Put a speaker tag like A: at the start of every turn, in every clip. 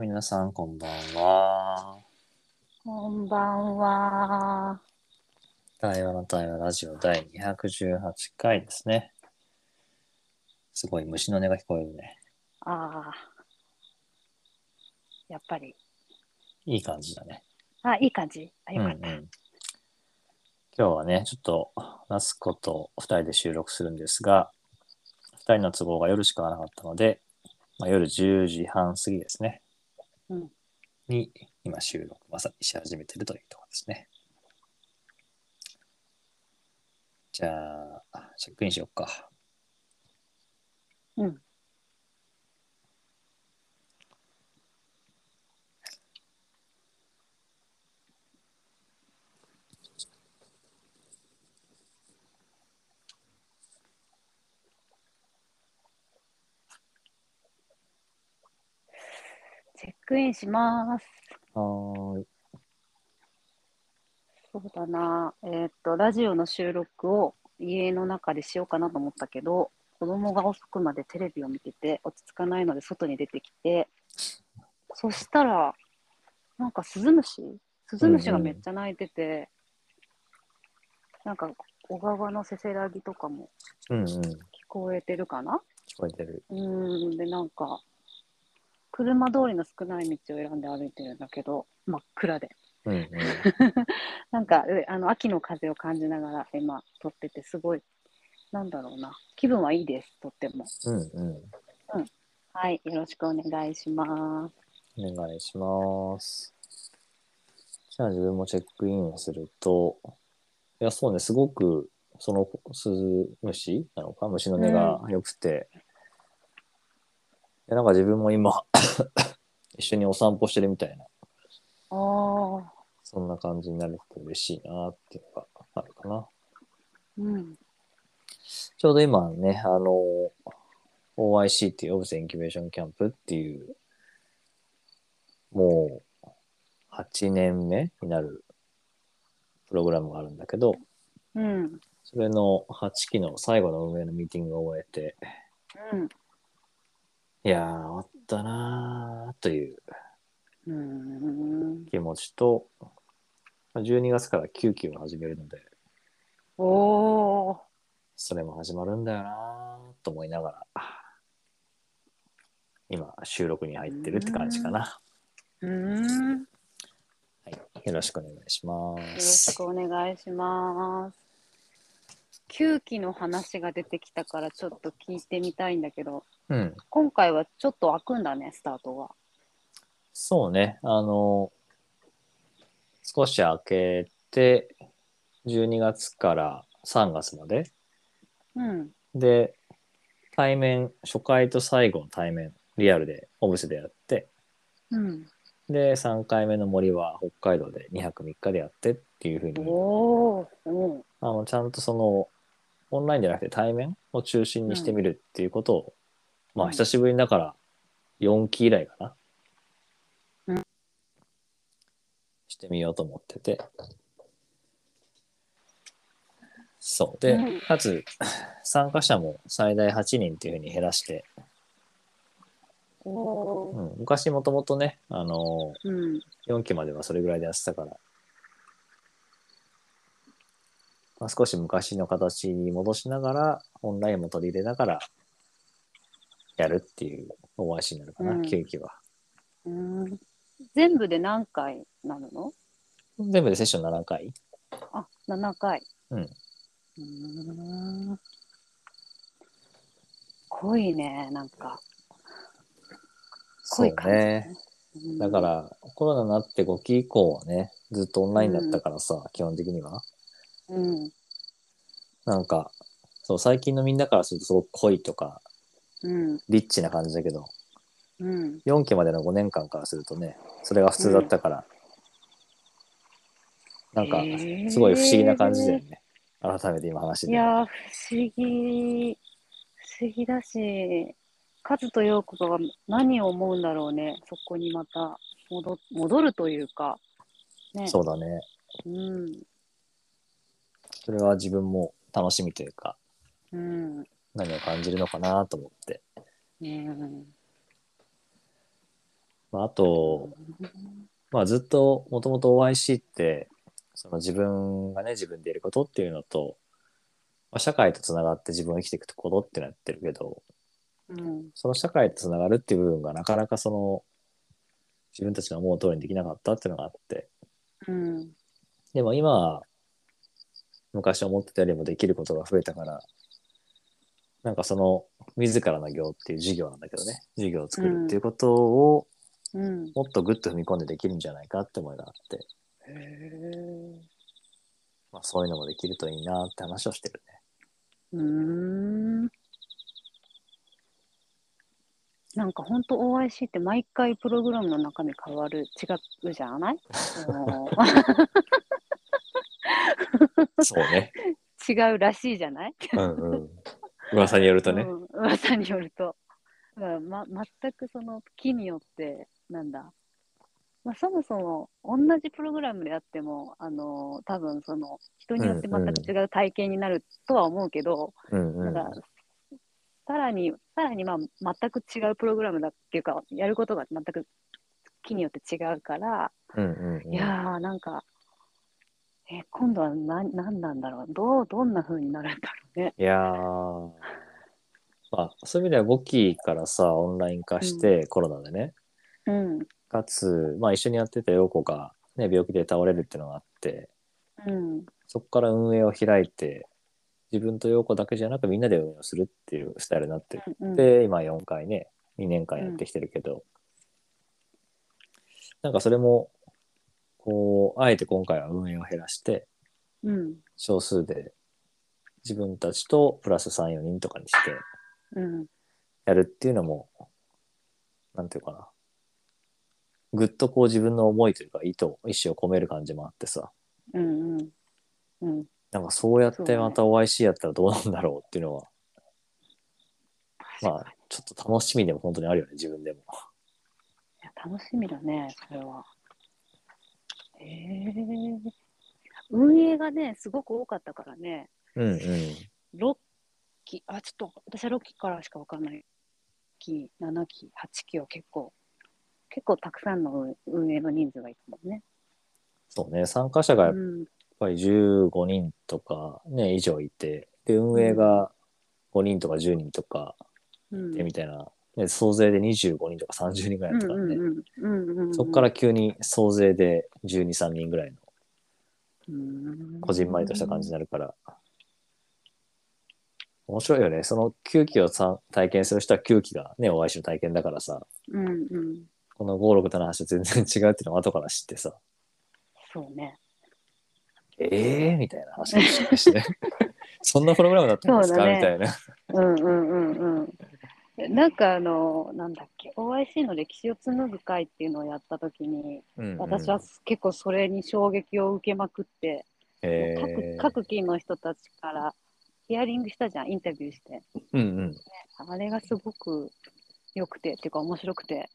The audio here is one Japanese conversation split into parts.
A: 皆さん、こんばんは。
B: こんばんは。
A: 対話の対話ラジオ第218回ですね。すごい虫の音が聞こえるね。
B: ああ。やっぱり。
A: いい感じだね。
B: あ、いい感じ。あ、
A: う
B: よ
A: んう
B: か
A: ん
B: っ。た。
A: 今日はね、ちょっと、夏子と2人で収録するんですが、2人の都合が夜しか合わなかったので、まあ、夜10時半過ぎですね。
B: うん
A: に、今収録まさにし始めてるというところですね。じゃあ、チェックインしよっか。
B: うん。チェックインします。
A: はーい。
B: そうだな。えーっと、ラジオの収録を家の中でしようかなと思ったけど、子供が遅くまでテレビを見てて落ち着かないので外に出てきて、そしたら、なんかスズムシスズムシがめっちゃ鳴いてて、なんか小川のせせらぎとかも
A: うんうん。聞
B: 聞こえてるかな
A: こえてる。
B: うーん、で、なんか、車通りの少ない道を選んで歩いてるんだけど、真っ暗で。
A: うんうん。
B: なんかうあの秋の風を感じながら今撮っててすごいなんだろうな気分はいいですとっても
A: うんう
B: はいよろしくお願いします
A: ん。お願いします。じゃあ自分もチェックインをすると、いや、そうね、すごく、その、スズムシなのか、虫の音が良くて、でなんか自分も今 一緒にお散歩してるみたいな、
B: ああ
A: そんな感じになると嬉しいなっていうのがあるかな。
B: うん
A: ちょうど今ね、あの、OIC っていうオブセインキュベーションキャンプっていう、もう8年目になるプログラムがあるんだけど、
B: うん
A: それの8期の最後の運営のミーティングを終えて、
B: うん
A: いやー、終わったなーという
B: うーん
A: 気持ちと、12月から9期を始めるので、
B: おお
A: それも始まるんだよなーと思いながら、今収録に入ってるって感じかな。
B: ーうーんよ
A: はい、よろしくお願いしま
B: ろし
A: す。
B: くお願いします9期の話が出てきたからちょっと聞いてみたいんだけど
A: うん、
B: 今回はちょっと開くんだねスタートが
A: そうね、あの、少し明けて、12月から3月まで、
B: うん
A: で、対面、初回と最後の対面、リアルで、オブセでやって、
B: うん
A: で、3回目の森は北海道で2泊3日でやってっていうふう
B: お
A: に、
B: おうん
A: あの、ちゃんとその、オンラインじゃなくて対面を中心にしてみるっていうことを、ま
B: う
A: あ、
B: ん
A: 久しぶりにだから、4期以来かな。
B: うん
A: してみようと思ってて。そう。で
B: うん、
A: かつ、参加者も最大8人っていうふうに減らして、
B: おー
A: うん、昔もともとね、あの
B: うん、
A: 4期まではそれぐらいでやってたから、まあ、少し昔の形に戻しながら、オンラインも取り入れながら、やるっていうお話になるかな、
B: うん
A: 9期は。
B: うん、全部で何回なるの
A: 全部でセッション7回
B: あ7回。
A: うん
B: うーん。濃いね、なんか。濃い感じ、ね。うん
A: だか、ら、コロナになって5期以降はね、ずっとオンラインだったからさ、基本的には。
B: うん。
A: なんか、そう、最近のみんなからするとすごく濃いとか、
B: うん。
A: リッチな感じだけど、
B: うん。
A: 4期までの5年間からするとね、それが普通だったから、なんか、すごい不思議な感じだよね。改めて今話
B: い
A: で。
B: やー、不思議。不思議だし、カズとヨークが何を思うんだろうね、そこにまた戻戻るというか。ね。
A: そうだね。
B: うん。
A: それは自分も楽しみというか、
B: うん。
A: 何を感じるのかなと思って。
B: うん。
A: まあ、あと、まあ、ずっともともと OIC ってその自分がね自分でやることっていうのと、まあ、社会とつながって自分を生きていくことってなってるけど
B: うん
A: その社会とつながるっていう部分がなかなかその自分たちが思う通りにできなかったっていうのがあって
B: うん
A: でも今は昔思ってたよりもできることが増えたからなんかその自らの業っていう事業なんだけどね事業を作るっていうことを
B: うん
A: もっとぐっと踏み込んでできるんじゃないかって思いがあって、
B: へえ
A: まあ、そういうのもできるといいなって話をしてるね。
B: うーんなんか本当 OIC って毎回プログラムの中身変わる違うじゃない あの
A: そう ね。
B: 違うらしいじゃない
A: うんうん。噂によるとね。
B: うん、噂によると。だからま、全くその木によって、なんだ、まあ、そもそも同じプログラムであっても、あの多分その人によって全く違う体験になるとは思うけど、
A: うんうん。
B: なんかさらに、さらに、まあ、全く違うプログラムだっていうか、やることが全く木によって違うから、
A: うんうんうん
B: いやー、なんか、え今度は何何なんだろう、どうどんな風になるんだろうね。
A: いやーまあ、そういう意味では簿記からさ、オンライン化して、コロナでね。
B: うん、
A: かつ、まあ一緒にやってた陽子が、ね、病気で倒れるっていうのがあって、
B: うん、
A: そこから運営を開いて、自分と陽子だけじゃなくみんなで運営をするっていうスタイルになってる。
B: うん、
A: で、今4回ね、2年間やってきてるけど、なんかそれも、こう、あえて今回は運営を減らして、
B: うん、
A: 少数で自分たちとプラス3、4人とかにして
B: うん、
A: やるっていうのも、なんていうかな。ぐっとこう自分の思いというか意図、意思を込める感じもあってさ、
B: うん、うん、うん、
A: なんかそうやっ
B: そう
A: て
B: ね
A: また OIC やったらどうなんだろうっていうのは、ま
B: まあ、
A: あちょっと楽しみでも本当にあるよね、自分でも。
B: いや楽しみだね、それは。ええ運営がね、すごく多かったからね、
A: うんうん。
B: 6期、あ、ちょっと私は6期からしかわかんない。期、7期、8期は結構、結構たくさんの運運営の人数がいたもんね。
A: そうね、参加者がやっ
B: うん、
A: ぱり15人とかね、以上いて、で、運営が5人とか10人とか
B: うん、
A: でみたいな、ね、総勢で25人とか30人ぐらいだった
B: う
A: か
B: ん
A: らね。
B: うんうんうんうんうん、
A: そこから急に総勢で12、3人ぐらいのこじんまりとした感じに
B: だ。
A: なるから、面白いよね。その9期をさ体験する人は9期がね、お会いしの体験だからさ、
B: うんうん、
A: この5、6、7、8全然違うっていうのを後から知ってさ、
B: そうね。
A: えーみたいな話をしてね。そんなプログラムだったんです
B: そ
A: か、
B: うだね
A: みたいな。
B: うんうんうんうん。なんかあの、なんだっけ、OIC の歴史を紡ぐ会っていうのをやったときに、
A: うんうん
B: 私は結構それに衝撃を受けまくって、
A: え
B: もう
A: ー、
B: 各各期の人たちからヒアリングしたじゃん、インタビューして。
A: うんうん。
B: あれがすごく良くて、っていうか面白くて。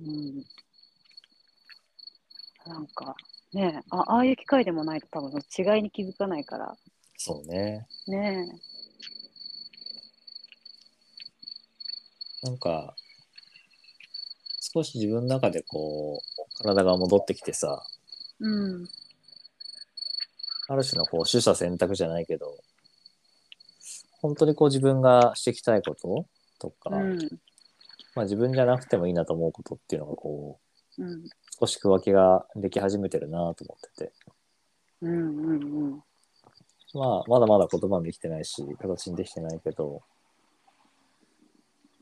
B: うん。なんか、ねあ、ああいう機会でもないと多分その違いに気づかないから、
A: そうね。
B: ねえ。
A: なんか、少し自分の中でこう、体が戻ってきてさ、
B: うん。
A: ある種のこう取捨選択じゃないけど、本当にこう自分がしていきたいこととか、
B: うん。
A: まあ自分じゃなくてもいいなと思うことっていうのがこう、
B: うん。
A: 少し区分けができ始めてるなと思ってて、
B: うんうんうん。
A: まあまだまだ言葉もできてないし、形にできてないけど、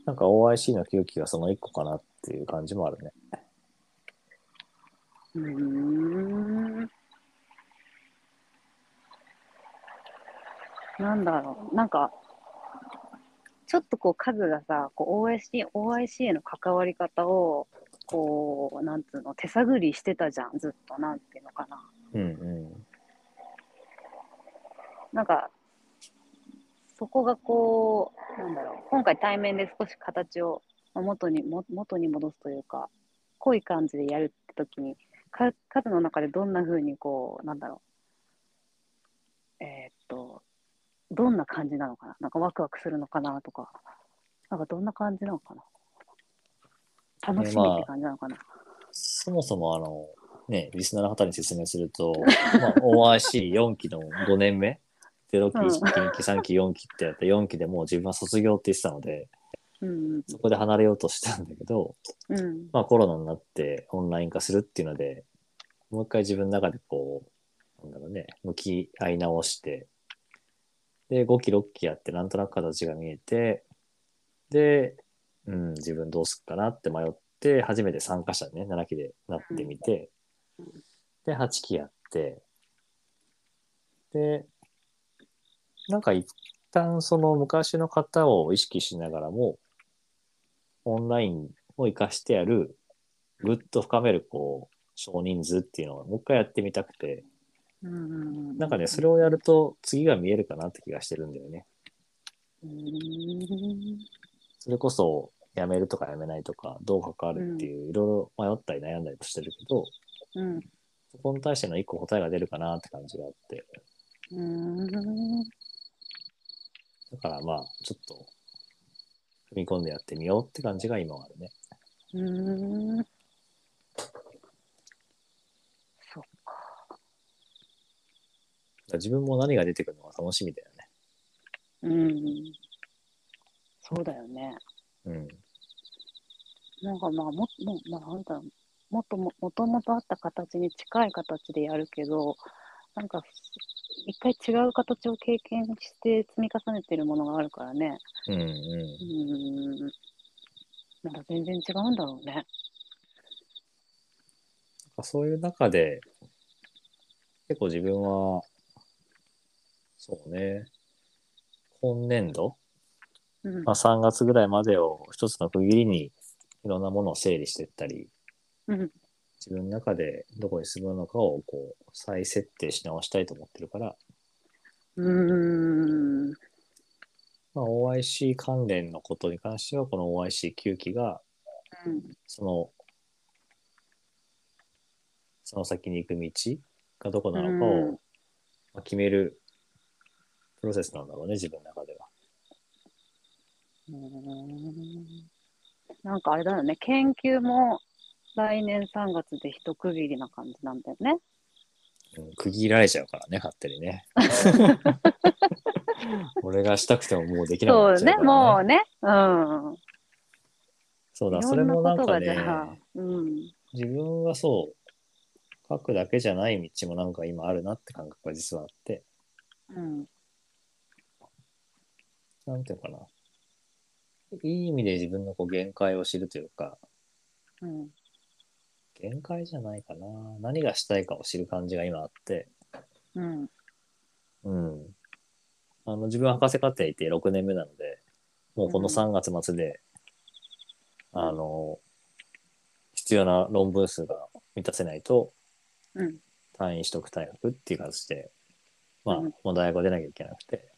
A: なんか OIC の休期がその一個かなっていう感じもあるね。
B: うーんなんだろう、なんか、ちょっとこう数がさ、こう OIC, OIC への関わり方を、こう、なんつうの、手探りしてたじゃん、ずっと、なんていうのかな。
A: うんう
B: なんか、そこがこう、なんだろう、今回対面で少し形をまあ元にも元に戻すというか、濃い感じでやるって時に、か数の中でどんな風にこう、なんだろう、えーっと、どんな感じなのかな、なんかワクワクするのかなとか、なんかどんな感じなのかな。楽しみって感じなのかな。
A: そもそもあの、ね、リスナーの方に説明すると、まあ、OIC4 期の5年目、0期、
B: うん
A: 1期、2期、3期、4期ってやって、4期でもう自分は卒業って言ってたので、
B: うん
A: そこで離れようとしたんだけど、
B: うんうん
A: まあコロナになってオンライン化するっていうので、もう一回自分の中でこう、なんだろうね、向き合い直して、で、5期、6期やって、なんとなく形が見えて、で、うん、自分どうすっかなって迷って、初めて参加者ね、7期でなってみて、で、8期やって、で、なんか一旦その昔の方を意識しながらも、オンラインを活かしてやる、ぐっと深める、こう、少人数っていうのをもう一回やってみたくて、
B: うんうん。
A: なんかね、それをやると次が見えるかなって気がしてるんだよね。
B: うん
A: それこそ、辞めるとか辞めないとか、どう関わるっていう、いろいろ迷ったり悩んだりもしてるけど、
B: うん
A: そこに対しての一個答えが出るかなって感じがあって、
B: うん
A: だからまあ、ちょっと、踏み込んでやってみようって感じが今はあるね。
B: うんそっか。
A: だから自分も何が出てくるのが楽しみだよね。
B: うん。そうだよね。
A: うん。
B: なんかまあも、もうまあ、なんだろうもっとも、もともとあった形に近い形でやるけど、なんか、一回違う形を経験して積み重ねてるものがあるからね。
A: うん
B: う
A: う
B: ーん。まだ全然違うんだろうね。
A: ん。そういう中で、結構自分は、そうね、今年度、
B: うん
A: まあ、。3月ぐらいまでを一つの区切りに、いろんなものを整理していったり、
B: うん。
A: 自分の中でどこに住むのかをこう再設定し直したいと思ってるから、
B: うーん。
A: まあ、OIC 関連のことに関しては、この OIC9 期がその、その先に行く道がどこなのか
B: うん
A: をまあ決めるプロセスなんだろうね、自分の中では。
B: うん。なんかあれだよね。研究も来年3月で一区切りな感じなんだよね。
A: うん、区切られちゃうからね、勝手に ね。俺がしたくてももうできなく
B: そ
A: なっ
B: う
A: ちゃ
B: ね
A: う。から、
B: も
A: ね。
B: うね。うん。
A: そう
B: い
A: だ、そ
B: ろ
A: れ
B: んな
A: もな
B: こ
A: ん
B: と
A: か
B: が
A: ね
B: じ、ゃあ、うん、
A: 自分はそう、書くだけじゃない道もなんか今あるなって感覚が実はあって、
B: うん、
A: なんていうのかな。いい意味で自分のこう限界を知るというか、
B: うん、
A: 限界じゃないかな。何がしたいかを知る感じが今あって。
B: うん、
A: うん。あの、自分は博士課程いて6年目なので、もうこの3月末で、
B: うん
A: あの、必要な論文数が満たせないと、
B: うん、
A: 単位取得退学っていう形で、まあ
B: うん、
A: もう大学を出なきゃいけなくて。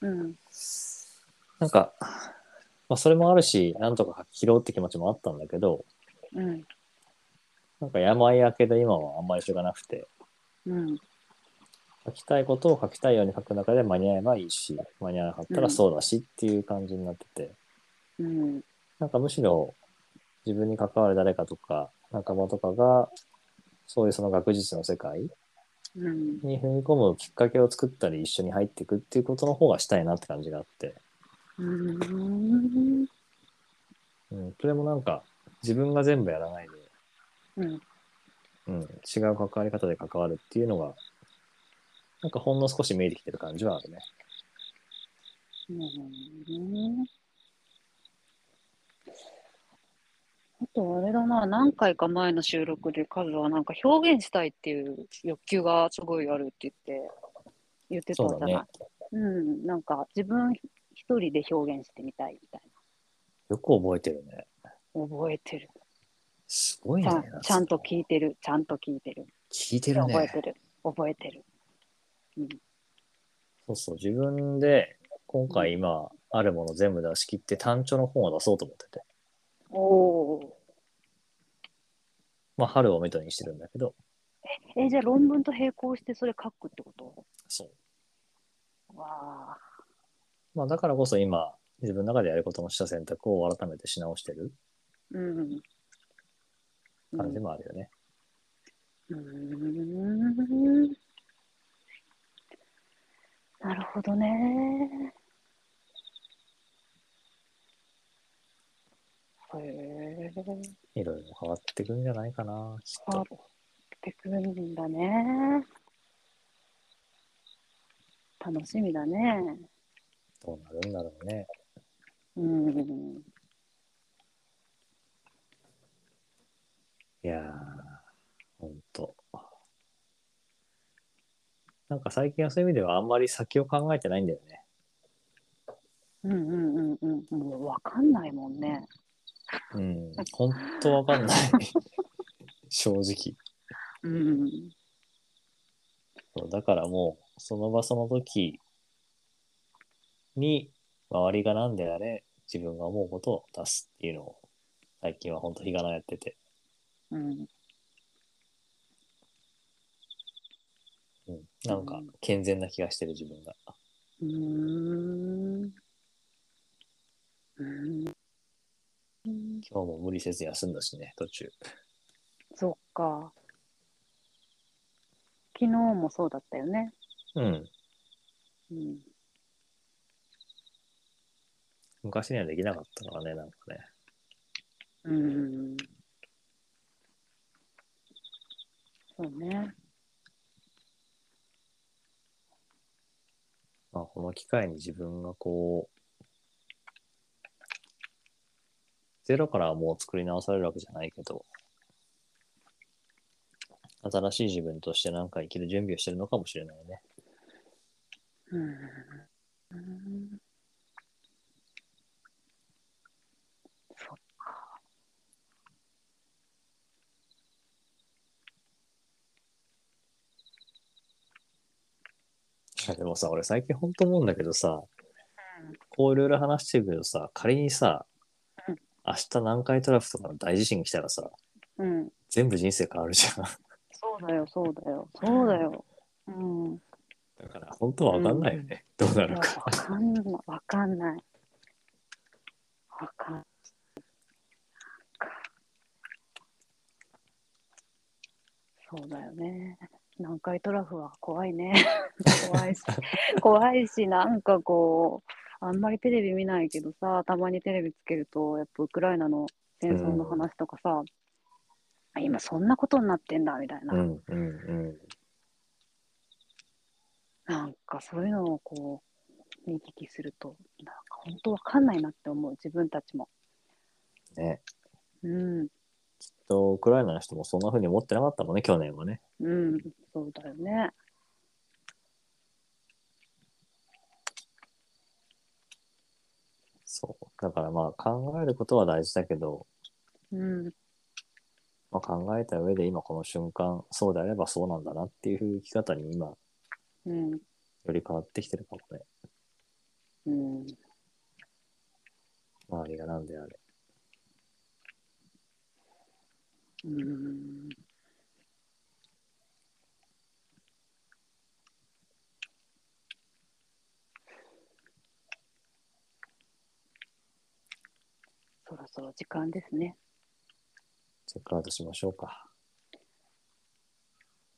B: うん、
A: なんか、まあ、それもあるし、なんとか書き切ろうって気持ちもあったんだけど、
B: うん、
A: なんか病明けで今はあんまりそれがなくて、
B: うん、
A: 書きたいことを書きたいように書く中で間に合えばいいし間に合わなかったらそうだしっていう感じになってて、
B: うん、
A: なんかむしろ自分に関わる誰かとか仲間とかがそういうその学術の世界
B: うん、
A: に踏み込むきっかけを作ったり一緒に入っていくっていうことの方がしたいなって感じがあって、
B: うん、
A: うん、それもなんか自分が全部やらないで、うん、違う関わり方で関わるっていうのがなんかほんの少し見えてきてる感じはあるね。
B: うん。あとあれだな、何回か前の収録でカズはなんか表現したいっていう欲求がすごいあるって言って、言ってたんじゃない
A: そうだね
B: うん、なんか自分一人で表現してみたいみたい
A: よく覚えてるね。
B: な。覚えてる。
A: すごい
B: ち
A: ね
B: ゃん。ちゃんと聞いてる。ちゃんと聞いてる。
A: 聞いてるね。
B: 覚えてる。覚えてる。
A: そうそう、自分で今回今あるもの全部出し切って単調の本を出そうと思ってて、
B: おお
A: まあ春をめどにしてるんだけど、
B: ー。え、じゃあ論文と並行してそれ書くってこと
A: そう。
B: わあ。
A: まあだからこそ今自分の中でやることのした選択を改めてし直してる
B: うん。
A: 感じもあるよね。
B: うーんなるほどね。へえ、変わっ
A: いろいろ変わってくんじゃないかな、きっ
B: 変わ
A: と
B: っ。てくるんだね。楽しみだね。
A: どうなるんだろうね。
B: うん。
A: いやー、ほんと。なんか最近はそういう意味ではあんまり先を考えてないんだよね。
B: うんうんうんうん。もうわかんないもんね。
A: うん。ほんとわかんない。 正直。
B: うん。
A: そうだからもう、その場その時に、周りが何であれ、自分が思うことを出すっていうのを、最近はほんと日がなやってて。
B: うん。
A: うん。なんか
B: うん、
A: 健全な気がしてる自分が。
B: うーん。うーん。
A: 今日も無理せず休んだしね、途中。
B: そっか。昨日もそうだったよね。
A: うん。
B: うん。
A: 昔にはできなかったからね、なんかね。
B: うん。そうね。
A: まあ、この機会に自分がこう、ゼロからはもう作り直されるわけじゃないけど、新しい自分としてなんか生きる準備をしてるのかもしれないね。
B: うん。うんそっか。
A: いやでもさ、俺最近ほんと思うんだけどさ、こういろいろ話してるけどさ、仮にさ
B: うん、
A: 明日南海トラフとかの大地震来たらさ、
B: うん。
A: 全部人生変わるじゃん。
B: そうだよ、そうだよ。そうだよ。うん。
A: だから本当は分かんないよね、どうない
B: や
A: る
B: わ
A: か。
B: かんない。わかんない。わかんない。そうだよね。南海トラフは怖いね。 怖いし、怖いし、なんかこう、あんまりテレビ見ないけどさ、たまにテレビつけると、やっぱウクライナの戦争の話とかさ、あ今そんなことになってんだみたいな。
A: うんうんうん。
B: なんかそういうのをこう見聞きするとなんか本当わかんないなって思う自分たちも。
A: ね。
B: うん
A: きっとウクライナの人もそんな風に思ってなかったもんね、去年はね。
B: うんそうだよね。
A: そう。だからまあ考えることは大事だけど、
B: うん
A: まあ、考えた上で今この瞬間、そうであればそうなんだなっていう生き方に今、よ
B: うん
A: り変わってきてるかもね。
B: うん
A: 周りがなんであれ。
B: うんそろそろ時間ですね。
A: チェックアウトしましょうか。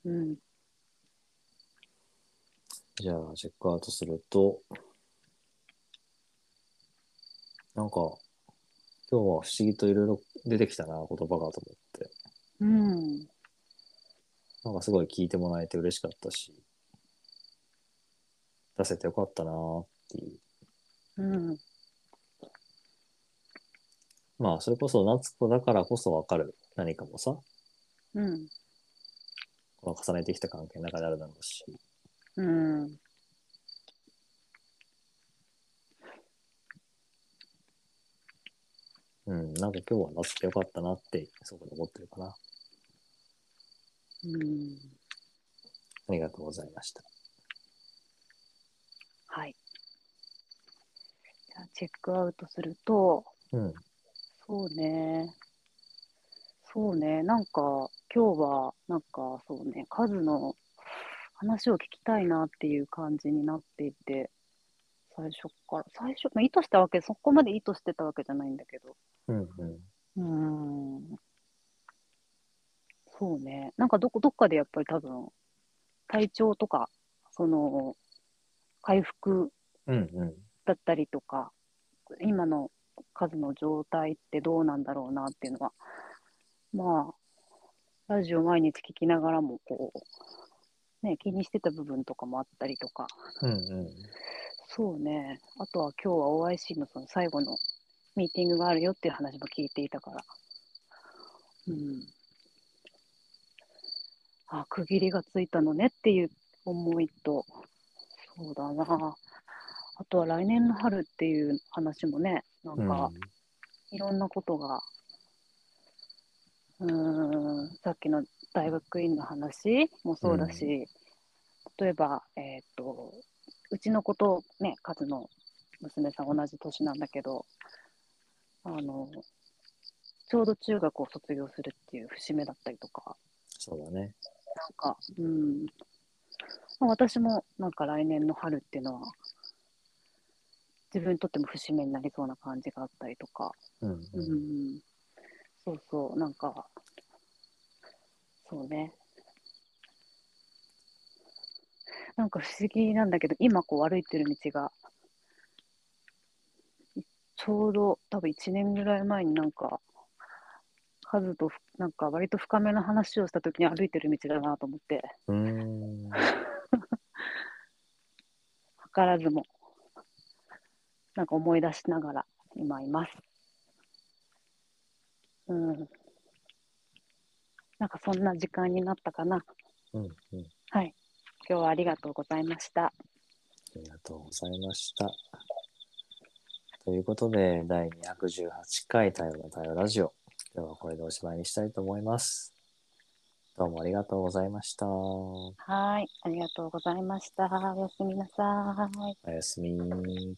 B: うん
A: じゃあ、チェックアウトすると、なんか、今日は不思議といろいろ出てきたな、言葉がと思って。
B: うん
A: なんかすごい聞いてもらえて嬉しかったし、出せてよかったなーっていう。
B: うん
A: まあ、それこそ夏子だからこそわかる何かもさ、
B: うん
A: この重ねてきた関係の中であるだろうし、
B: うん
A: うん、なんか今日は出せてよかったなって、そこで思ってるかな。
B: うん
A: ありがとうございました。
B: はい。じゃあ、チェックアウトすると、
A: うん、
B: そうね。そうね。なんか、今日は、なんか、そうね、数の話を聞きたいなっていう感じになっていて、最初から、最初、まあ、意図したわけ、そこまで意図してたわけじゃないんだけど、
A: うん、うん。
B: うーん。そうね。なんかどこ、どっかでやっぱり多分、体調とか、その、回復
A: うんうん。
B: だったりとか、今の数の状態ってどうなんだろうなっていうのは、まあ、ラジオ毎日聞きながらも、こう、ね、気にしてた部分とかもあったりとか、
A: うんうん。
B: そうね、あとは今日は OIC のその最後のミーティングがあるよっていう話も聞いていたから、うん。あ、区切りがついたのねっていう思いと、そうだな、あとは来年の春っていう話もね、なん
A: うん
B: かいろんなことが、うーん、さっきの大学院の話もそうだし、
A: う
B: 例えば、えっと、うちの子とね、カズの娘さん同じ年なんだけど、あの、ちょうど中学を卒業するっていう節目だったりとか、
A: そうだね。
B: なんか、うん、まあ私もなんか来年の春っていうのは、自分にとっても節目になりそうな感じがあったりとか、
A: うん
B: う
A: うん。
B: ん、そうそう、なんか、そうね。なんか不思議なんだけど、今こう歩いてる道が、ちょうど多分1年ぐらい前になんか、カズとふなんか割と深めの話をした時に歩いてる道だなと思って、
A: うん。
B: 図らずも、なんか思い出しながら今います。うん。なんかそんな時間になったかな。
A: うんうん。
B: はい。今日はありがとうございました。
A: ありがとうございました。ということで、第218回対話の対話ラジオ。今日はこれでおしまいにしたいと思います。どうもありがとうございました。お
B: はい。ありがとうございました。おやすみなさい。
A: やすみ。